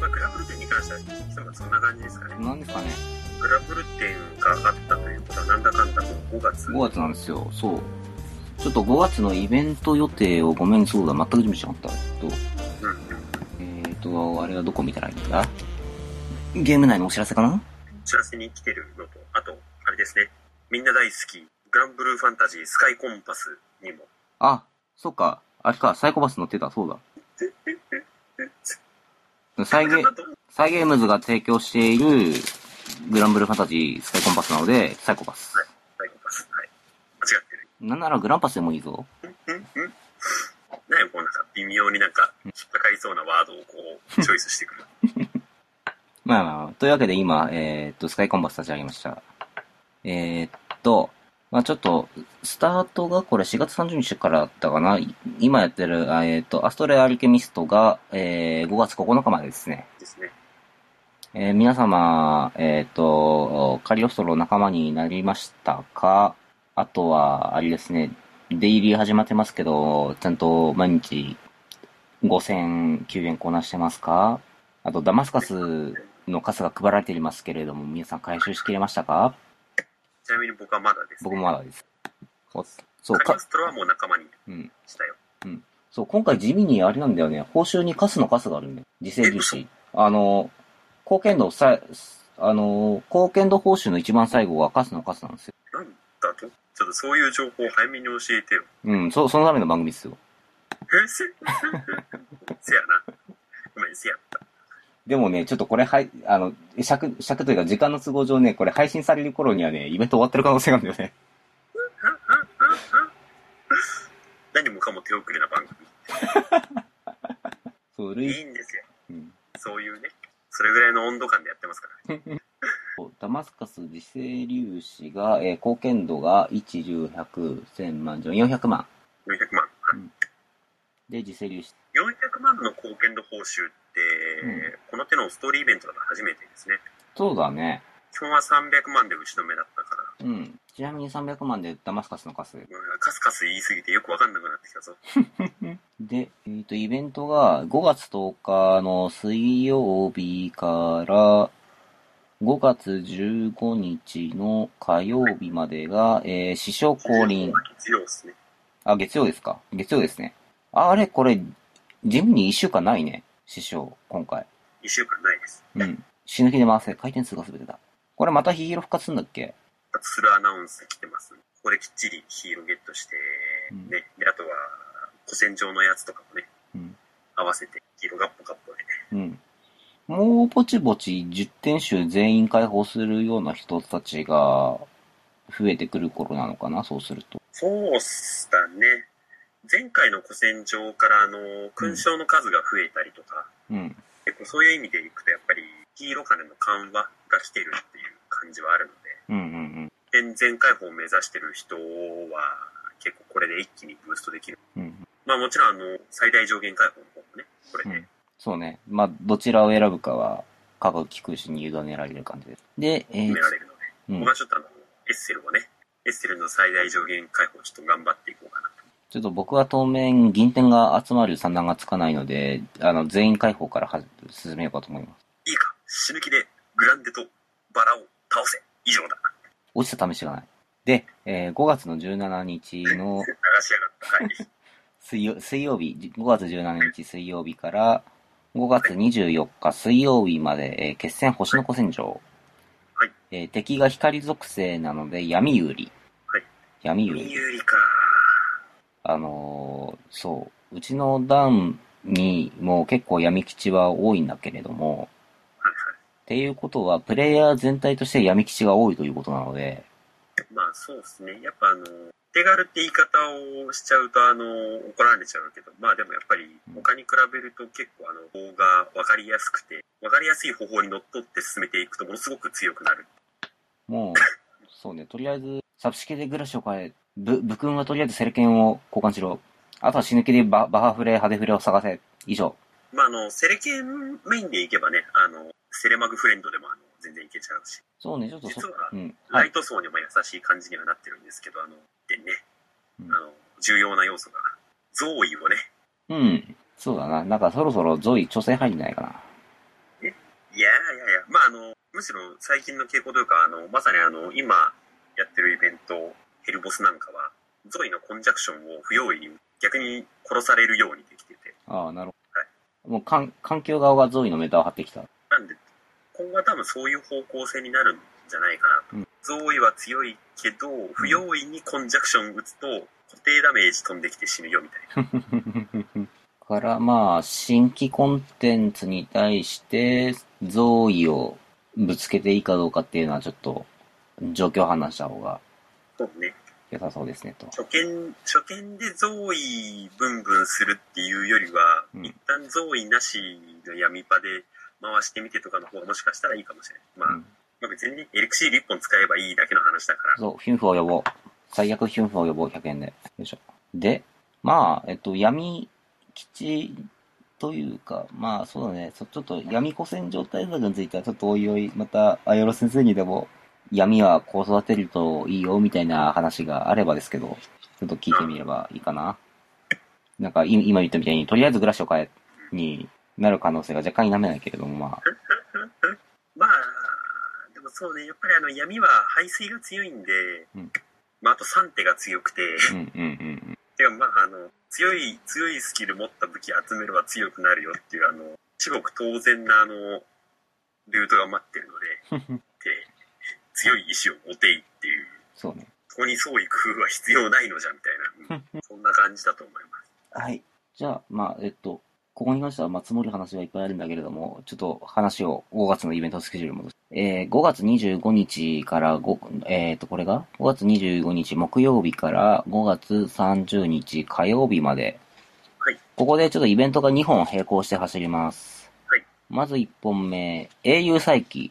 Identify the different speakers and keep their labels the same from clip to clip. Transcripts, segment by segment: Speaker 1: まあ、グラブルテンに関しては、ひとまずそんな感じですかね。
Speaker 2: なんですかね。
Speaker 1: グラブルテンがあったということは、なんだかんだもう5月。
Speaker 2: 5月なんですよ。そう。ちょっと5月のイベント予定をごめん、そうだ、全く準備しなかった。えっと、
Speaker 1: うんうん。
Speaker 2: えっ、と、あれはどこ見たらいいんだゲーム内のお知らせかな
Speaker 1: 知らせに来てるのと、あと、あれですね。みんな大好き、グランブルーファンタジー、スカイコンパスにも。
Speaker 2: あ、そっか。あれか、サイコパス乗ってた、そうだ。サイゲ、
Speaker 1: だと
Speaker 2: サイゲームズが提供しているグランブルーファンタジースカイコンパスなので、サイコパス。
Speaker 1: スカイコンパス。はい。間違ってる。
Speaker 2: なんならグランパスでもいいぞ。
Speaker 1: うんうん。なんやこうなんか微妙になんか引っかかりそうなワードをこうチョイスしてくる。
Speaker 2: まあまあまあ、というわけで今、えーっと、スカイコンバス立ち上げました。えーっと、まあちょっと、スタートがこれ4月30日からだったかな。い今やってる、あえーっと、アストレアルケミストが、えー5月9日までですね。
Speaker 1: ですね。
Speaker 2: えー皆様、えーっと、カリオストロ仲間になりましたかあとは、あれですね、デイリー始まってますけど、ちゃんと毎日5000、9円こなしてますかあと、ダマスカスのカスが配られていますけれども、皆さん回収しきれましたか
Speaker 1: ちなみに僕はまだです、ね。
Speaker 2: 僕もまだです。おそう、
Speaker 1: カリ
Speaker 2: か
Speaker 1: オ、ストロはもう仲間に
Speaker 2: うん。
Speaker 1: したよ。
Speaker 2: そう、今回地味にあれなんだよね。報酬にカスのカスがあるんだよ。自制粒子。あの、貢献度さ、あの、貢献度報酬の一番最後はカスのカスなんですよ。
Speaker 1: なんだとちょっとそういう情報を早めに教えてよ。
Speaker 2: うん、そ、そのための番組ですよ。
Speaker 1: えせ せやな。ごめん、せやった。
Speaker 2: でもね、ちょっとこれ、はい、あの、尺、尺というか時間の都合上ね、これ配信される頃にはね、イベント終わってる可能性があるんだよね。
Speaker 1: 何もかも手遅れな番組。
Speaker 2: そう、
Speaker 1: い
Speaker 2: 類
Speaker 1: いんですよ。
Speaker 2: うん
Speaker 1: そういうね。それぐらいの温度感でやってますから。
Speaker 2: ダマスカス自生粒子が、えー貢献度が1、10、100、1000万、400万。
Speaker 1: 400万。
Speaker 2: で、自生粒子。
Speaker 1: 400万の貢献度報酬って、
Speaker 2: う
Speaker 1: この手のストーリーイベントだと初めてですね。
Speaker 2: そうだね。
Speaker 1: 基本は300万で打ち止めだったから。
Speaker 2: うん。ちなみに300万でダマスカスのカス。
Speaker 1: うんカスカス言いすぎてよくわかんなくなってきたぞ。
Speaker 2: で、えっ、と、イベントが5月10日の水曜日から5月15日の火曜日までが、えー、師匠降臨。
Speaker 1: 必要ですね。
Speaker 2: あ、月曜ですか。月曜ですね。あ、あれ、これ、地味に1週間ないね。師匠、今回。
Speaker 1: 1週間ないです。
Speaker 2: うん。死ぬ気で回せ。回転数が全てだ。これまたヒーロー復活するんだっけ
Speaker 1: するアナウンス来てます。ここできっちりヒーローゲットして、
Speaker 2: うん
Speaker 1: ね。で、あとは、古戦場のやつとかもね、
Speaker 2: うん。
Speaker 1: 合わせて、ヒーローガッポガッポで。
Speaker 2: うん。もうぼちぼち10点集全員解放するような人たちが増えてくる頃なのかな、そうすると。
Speaker 1: そうっすだね。前回の古戦場から、あの、勲章の数が増えたりとか、
Speaker 2: うん。
Speaker 1: 結構そういう意味でいくと、やっぱり、ヒーロー金の緩和が来てるっていう感じはあるので、
Speaker 2: うんうん
Speaker 1: 全然解放を目指してる人は、結構これで一気にブーストできる。
Speaker 2: うん。うん。
Speaker 1: まあもちろん、あの、最大上限解放の方もね、これで、
Speaker 2: うんそうね。まあ、どちらを選ぶかは、科学菊師に委ねられる感じです。で、えー
Speaker 1: 決められるので、
Speaker 2: うん
Speaker 1: 僕。はちょっとあの、エッセルをね、エッセルの最大上限解放をちょっと頑張っていこうかなと。
Speaker 2: ちょっと僕は当面、銀点が集まる算段がつかないので、あの、全員解放からは進めようかと思います。
Speaker 1: いいか、死ぬ気でグランデとバラを倒せ。以上だ。
Speaker 2: 落ちた試しがない。で、えー5月の17日の、
Speaker 1: 流しやがった。 はい。
Speaker 2: 水曜水曜日、5月17日水曜日から5月24日水曜日まで、えー決戦星の古戦場。
Speaker 1: はい
Speaker 2: えー敵が光属性なので闇有利。
Speaker 1: はい
Speaker 2: 闇有
Speaker 1: み
Speaker 2: 利。
Speaker 1: ゆりか。
Speaker 2: あのーそう。うちの段にも結構闇吉は多いんだけれども、
Speaker 1: はい
Speaker 2: っていうことは、プレイヤー全体として闇吉が多いということなので、
Speaker 1: はい。まあそうですね。やっぱあの、手軽って言い方をしちゃうと、あの、怒られちゃうけど、まあでもやっぱり他に比べると結構あの、方が分かりやすくて、分かりやすい方法にのっとって進めていくとものすごく強くなる。
Speaker 2: もう、そうね、とりあえず、サブ式でグラシを変え、ぶ、武君はとりあえずセルケンを交換しろ。あとは死ぬ気でババハフレ、派手フレを探せ。以上。
Speaker 1: まああの、セレケンメインでいけばね、あの、セレマグフレンドでもあの、全然いけちゃうし。
Speaker 2: そうね、ちょっとそ
Speaker 1: 実は
Speaker 2: うん。は
Speaker 1: ラ
Speaker 2: い。
Speaker 1: イト層にも優しい感じにはなってるんですけど、あの、でね、
Speaker 2: うん
Speaker 1: あの、重要な要素が、贈意をね、
Speaker 2: うん。そうだな。なんかそろそろゾイ調整入んじゃないかな。
Speaker 1: いやいやいや、まあ、あの、むしろ最近の傾向というか、あの、まさにあの、今やってるイベント、ヘルボスなんかは、ゾイのコンジャクションを不用意に逆に殺されるようにできてて、
Speaker 2: ああ、なるほど。もうかん、環境側がゾイのメタを張ってきた。
Speaker 1: なんで、今後は多分そういう方向性になるんじゃないかなと。
Speaker 2: うん
Speaker 1: ゾイは強いけど、不用意にコンジャクション打つと、固定ダメージ飛んできて死ぬよみたいな。
Speaker 2: から、まあ、新規コンテンツに対して、増意をぶつけていいかどうかっていうのは、ちょっと、状況判断した方が
Speaker 1: そうね。
Speaker 2: 良さそうですね、と。
Speaker 1: 初見、初見でゾイブンブンするっていうよりは、
Speaker 2: うん
Speaker 1: 一旦ゾイなしの闇パで回してみてとかの方がもしかしたらいいかもしれない。まあ、
Speaker 2: うん
Speaker 1: まあ別にエレクシール一本使えばいいだけの話だから。
Speaker 2: そう、ヒュンフを呼ぼう。最悪ヒュンフを呼ぼう、100円で。よいしょ。で、まあ、えっと、闇基地というか、まあ、そうだね、そちょっと闇古戦状態策については、ちょっとおいおい、また、あよろ先生にでも、闇はこう育てるといいよ、みたいな話があればですけど、ちょっと聞いてみればいいかな。なんか、い今言ったみたいに、とりあえずグラッシュを変え、になる可能性が若干否めないけれども、まあ、
Speaker 1: まあ、でもそうね、やっぱりあの闇は排水が強いんで、
Speaker 2: うん
Speaker 1: まああと3手が強くて、
Speaker 2: うんうんうん
Speaker 1: でもまああの、強い、強いスキル持った武器集めれば強くなるよっていう、あの、至極当然なあの、ルートが待ってるので、
Speaker 2: うん。
Speaker 1: って強い意志を持ていっていう、
Speaker 2: そうね。
Speaker 1: そこに創意工夫は必要ないのじゃみたい な、そんな感じだと思います。
Speaker 2: はい。じゃあ、まあ、えっと、ここに関しては、まあ、積もる話はいっぱいあるんだけれども、ちょっと話を5月のイベントスケジュールに戻す。えー、5月25日から5、えっ、と、これが ?5 月25日木曜日から5月30日火曜日まで。
Speaker 1: はい
Speaker 2: ここでちょっとイベントが2本並行して走ります。
Speaker 1: はい
Speaker 2: まず1本目、英雄再起。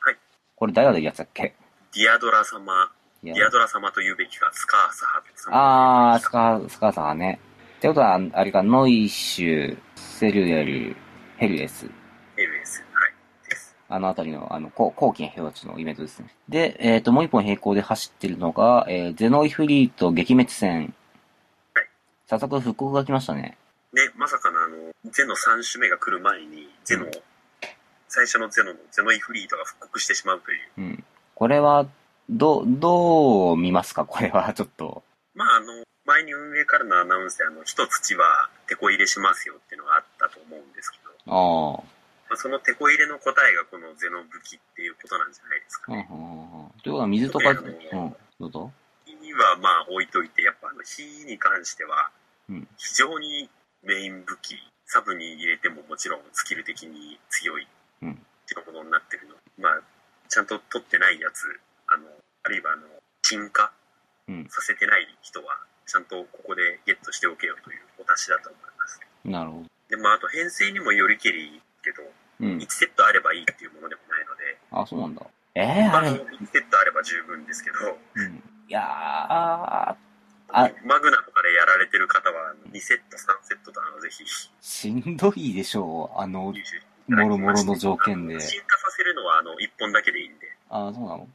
Speaker 1: はい
Speaker 2: これ誰がでるやつだっけ
Speaker 1: ディアドラ様、
Speaker 2: い
Speaker 1: デ
Speaker 2: や
Speaker 1: ィアドラ様と言うべきか、スカーサ様。
Speaker 2: あー、スカー、スカーさんね。ってことは、あれか、ノイシュ、セルエル、ヘルエス。
Speaker 1: LS。はい。です。
Speaker 2: あのあたりの、あの、後後期の人たちのイベントですね。で、えっ、と、もう一本並行で走ってるのが、えーゼノイフリート撃滅戦
Speaker 1: はい。
Speaker 2: 早速復刻が来ましたね。
Speaker 1: で、まさかのあの、ゼノ3種目が来る前に、ゼノ、
Speaker 2: うん
Speaker 1: 最初のゼノのゼノイフリートが復刻してしまうという。
Speaker 2: うん。これは、ど、どう見ますかこれは、ちょっと。
Speaker 1: まああの、前に運営からのアナウンスで、あの、一土は手こ入れしますよっていうのがあったと思うんですけど、
Speaker 2: ああ。
Speaker 1: まあ、その手こ入れの答えがこのゼノ武器っていうことなんじゃないですか
Speaker 2: うん、う
Speaker 1: ね。
Speaker 2: ん、うん。ということは、水とか、う
Speaker 1: ちょっとやるの
Speaker 2: ん。どうぞ。
Speaker 1: 火にはまあ置いといて、やっぱあの火に関しては
Speaker 2: うん、
Speaker 1: 非常にメイン武器、サブに入れてももちろんスキル的に強いってい
Speaker 2: う
Speaker 1: う
Speaker 2: ん
Speaker 1: ことになってるの。まあ、ちゃんと取ってないやつ、あの、あるいはあの、進化
Speaker 2: うん。
Speaker 1: させてない人は、ちゃんとここでゲットしておけよというお達しだと思います。
Speaker 2: なるほど。
Speaker 1: で、まああと編成にもよりけりけど、
Speaker 2: うん
Speaker 1: 1。セットあればいいっていうものでもないので、
Speaker 2: あ、そうなんだ。ええー、
Speaker 1: ま
Speaker 2: あ
Speaker 1: あ、
Speaker 2: れ。
Speaker 1: 1セットあれば十分ですけど、
Speaker 2: うんいやー、あ
Speaker 1: マグナムからやられてる方は、2セット、3セットとあのぜひ
Speaker 2: しんどいでしょう。あの
Speaker 1: 入、手していただ
Speaker 2: も
Speaker 1: き
Speaker 2: ろも
Speaker 1: ま
Speaker 2: ろ
Speaker 1: して
Speaker 2: の条件で。
Speaker 1: 進化させるのはあの1本だけでいいんで、
Speaker 2: あー、そう なの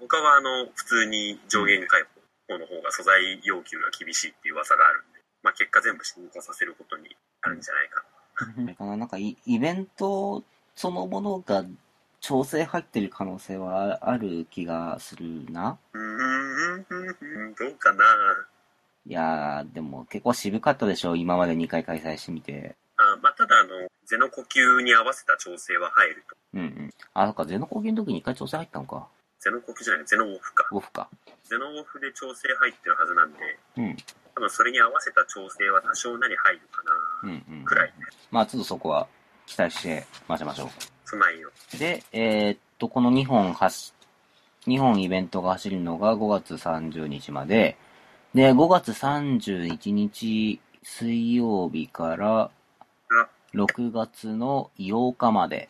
Speaker 1: 他はあの普通に上限解放の方が素材要求が厳しいっていう噂があるんで、まあ、結果全部進化させることになるんじゃないか。
Speaker 2: あれかななんかイ、イベントそのものが調整入ってる可能性はある気がするな。
Speaker 1: うーん、うんどうかない
Speaker 2: やー、でも結構渋かったでしょ今まで2回開催してみて。
Speaker 1: あ、まあ、ただあの、ゼの呼吸に合わせた調整は入ると。
Speaker 2: うんうん。あ、そっか、ゼノ攻撃の時に1回調整入ったのか。
Speaker 1: ゼの呼吸じゃない、ゼノオフか。
Speaker 2: オフか。
Speaker 1: ゼノオフで調整入ってるはずなんで、
Speaker 2: うん。
Speaker 1: 多分それに合わせた調整は多少なり入るかな。
Speaker 2: うんうん。
Speaker 1: くらい。
Speaker 2: まあ、ちょっとそこは期待して待ちましょう。
Speaker 1: 備えよう。
Speaker 2: で、えーっと、この2本走、2本イベントが走るのが5月30日まで、で、5月31日水曜日から6月の8日まで、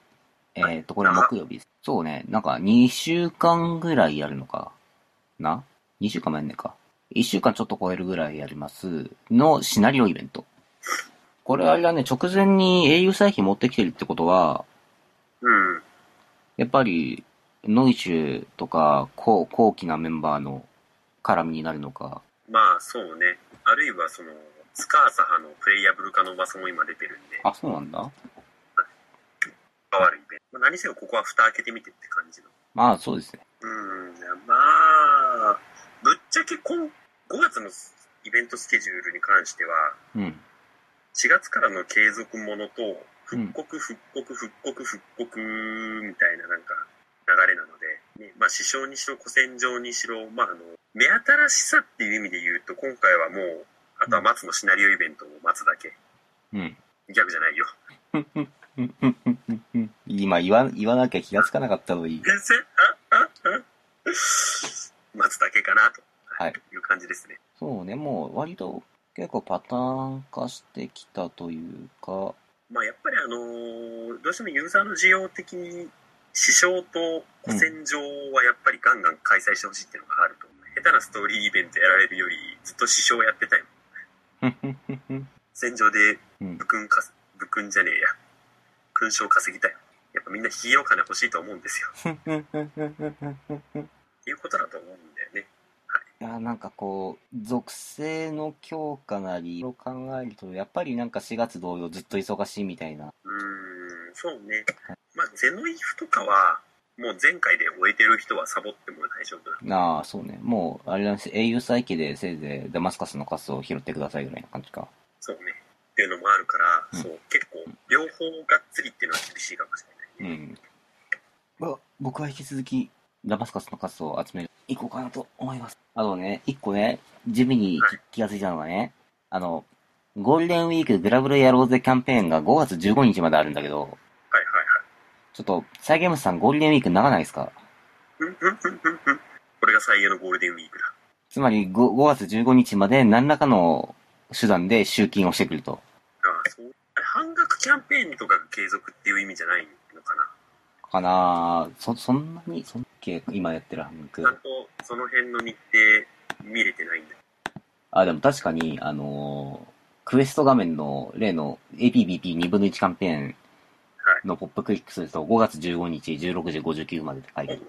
Speaker 2: えーっと、これ木曜日です。そうね、なんか2週間ぐらいやるのかな ?2 週間もやんねえか。1週間ちょっと超えるぐらいやりますのシナリオイベント。これはあれだね、直前に英雄再起持ってきてるってことは、
Speaker 1: うん。
Speaker 2: やっぱり、ノイシュとか、高高貴なメンバーの絡みになるのか。
Speaker 1: まあそうね。あるいはその、スカーサ派のプレイヤブル化の噂も今出てるんで、
Speaker 2: あ、そうなんだ。
Speaker 1: 変わるイベンまあ、何せよここは蓋開けてみてって感じの。
Speaker 2: まあ、そうですね。
Speaker 1: うん、まあ、ぶっちゃけ今、5月のイベントスケジュールに関しては、
Speaker 2: うん。
Speaker 1: 4月からの継続ものと、復刻、復刻、復刻、復刻、みたいななんか流れなので、ね、まあ、師匠にしろ、古戦場にしろ、まあ、あの、目新しさっていう意味で言うと、今回はもう、あとは松のシナリオイベントを待つだけ。
Speaker 2: うん。
Speaker 1: ギャグじゃないよ。
Speaker 2: うんうんうんうんうん 今言わ、言わなきゃ気がつかなかったのに。
Speaker 1: 全然、あ、あ、あ、 待つだけかな、と
Speaker 2: はい。
Speaker 1: いう感じですね。
Speaker 2: そうね、もう割と結構パターン化してきたという か、
Speaker 1: まあ、やっぱりあのーどうしてもユーザーの需要的に、師匠と古戦場はやっぱりガンガン開催してほしいっていうのがあると。下手なストーリーイベントやられるより、ずっと師匠やってたいもん。
Speaker 2: ふんふんふんふん
Speaker 1: 戦場で
Speaker 2: うん
Speaker 1: 武勲か、武勲じゃねえや。勲章稼ぎたい。やっぱみんな費用金欲しいと思うんですよ。
Speaker 2: ふんふんふんふんふんふんふんふんい
Speaker 1: っていうことだと思うんだよね。
Speaker 2: や、なんかこう、属性の強化なりを考えると、やっぱりなんか4月同様ずっと忙しいみたいな。
Speaker 1: うーん、そうね。まあ、ゼノイフとかは、もう前回で終えてる人はサボっても大丈夫な。
Speaker 2: ああ、そうね。もう、あれなんです。英雄再起でせいぜいダマスカスのカスを拾ってくださいぐらいな感じか。
Speaker 1: そうね。っていうのもあるから、
Speaker 2: うん
Speaker 1: そう、結構、両方がっつりっていうのは厳しいかもしれない。
Speaker 2: うん。あ僕は引き続き、ダマスカスのカスを集める。行こうかなと思います。あとね、一個ね、地味に
Speaker 1: はい
Speaker 2: 気気がついたのがね、あの、ゴールデンウィークグラブルやろうぜキャンペーンが5月15日まであるんだけど、
Speaker 1: はいはいはい。
Speaker 2: ちょっと、サイゲームズさんゴールデンウィーク長ないですか
Speaker 1: うんうんうんうんうん。これが最優のゴールデンウィークだ。
Speaker 2: つまり 5, 5月15日まで何らかの手段で集金をしてくると。
Speaker 1: ああ、そう。あれ、半額キャンペーンとかが継続っていう意味じゃないのかな。
Speaker 2: かなぁそ、そんなに、そんなけ今やってる半
Speaker 1: ちゃん
Speaker 2: 額。
Speaker 1: と、その辺の日程、見れてないんだ。
Speaker 2: あ、でも確かに、あのークエスト画面の例の APBP2 分の1キャンペーンのポップクリックすると5月15日16時59までって書いてある。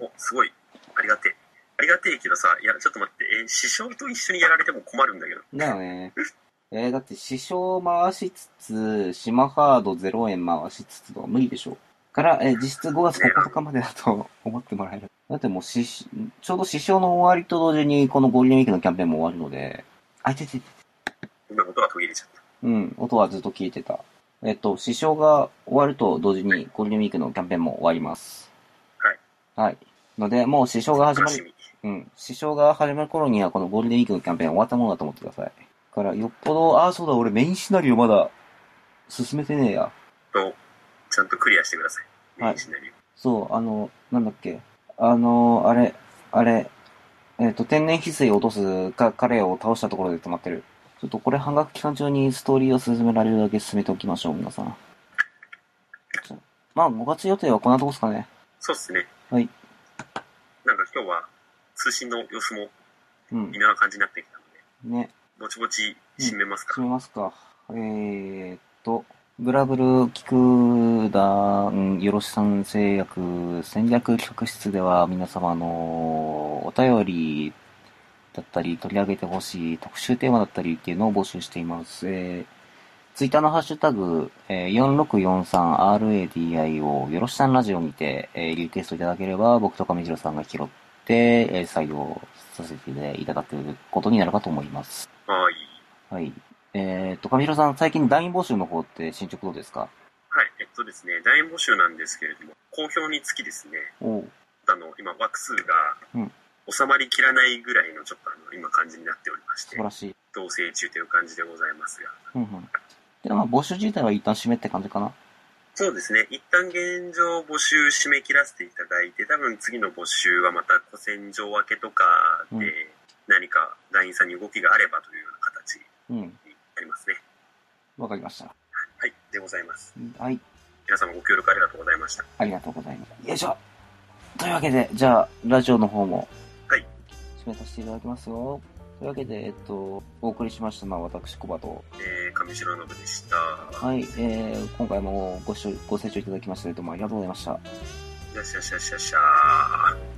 Speaker 1: お、すごい。ありがてえ。ありがてえけどさ、いや、ちょっと待って、えー師匠と一緒にやられても困るんだけど。
Speaker 2: だよね。えーだって、師匠回しつつ、島ハード0円回しつつとは無理でしょ。から、えー実質5月9日までだと 思ってもらえる。だってもう師、ちょうど師匠の終わりと同時に、このゴールデンウィークのキャンペーンも終わるので、あ、いててて。
Speaker 1: こんなことは途切れちゃった。
Speaker 2: うん、音はずっと聞いてた。えっと、師匠が終わると同時にゴールデンウィークのキャンペーンも終わります。
Speaker 1: はい。
Speaker 2: はい。ので、もう師匠が始ま
Speaker 1: 楽し
Speaker 2: る、
Speaker 1: み。
Speaker 2: うん、師匠が始まる頃にはこのゴールデンウィークのキャンペーン終わったものだと思ってください。だから、よっぽど、ああ、そうだ、俺メインシナリオまだ進めてねえや。
Speaker 1: と、ちゃんとクリアしてください。
Speaker 2: は
Speaker 1: メイ
Speaker 2: い
Speaker 1: ンシナリオ
Speaker 2: そう、あの、なんだっけ。あの、あれ、あれ、えっと、天然翡翠を落とすか彼を倒したところで止まってる。ちょっとこれ半額期間中にストーリーを進められるだけ進めておきましょう、皆さん。じゃまあ、5月予定はこんなとこですかね。
Speaker 1: そうっすね。
Speaker 2: はい。
Speaker 1: なんか今日は通信の様子も
Speaker 2: うん
Speaker 1: 微。妙な感じになってきたので、
Speaker 2: ね、
Speaker 1: ぼちぼち締めますか。
Speaker 2: 進めますか。えー、っと、ブラブル菊団よろしさん製薬戦略企画室では皆様のお便りだったり取り上げてほしい特集テーマだったりっていうのを募集しています。えーツイッターのハッシュタグ、えー 4643RADI をよろしさんラジオにて、えーリクエストいただければ僕とかみじろさんが拾って、えー採用させていただくことになるかと思います。
Speaker 1: はい。
Speaker 2: はい。えー、っと、上白さん、最近 LINE 募集の方って進捗どうですか
Speaker 1: はい。えっとですね、大募集なんですけれども、好評につきですね、
Speaker 2: おう
Speaker 1: あの、今枠数が
Speaker 2: うん
Speaker 1: 収まりきらないぐらいのちょっとあの、今感じになっておりまし
Speaker 2: 素
Speaker 1: て
Speaker 2: 晴、らしい。
Speaker 1: 同棲中という感じでございますが、
Speaker 2: うんうん。で、まあ、募集自体は一旦締めって感じかな。
Speaker 1: そうですね。一旦現状募集締め切らせていただいて、多分次の募集はまた古戦場明けとか
Speaker 2: うん
Speaker 1: で何か LINE さんに動きがあればというような形に
Speaker 2: うん。
Speaker 1: なりますね。
Speaker 2: わかりました。
Speaker 1: はい。でございます。
Speaker 2: はい。
Speaker 1: 皆様ご協力ありがとうございました。
Speaker 2: ありがとうございます。よいしょ。というわけで、じゃあ、ラジオの方も。
Speaker 1: はい。
Speaker 2: 締めさせていただきますよ。というわけで、えっと、お送りしましたのは私、コバと。
Speaker 1: えー、上白信でした。
Speaker 2: はい。えー、今回もご視聴、ご清聴いただきまして、どうもありがとうございました。
Speaker 1: よしよしよしよしゃー。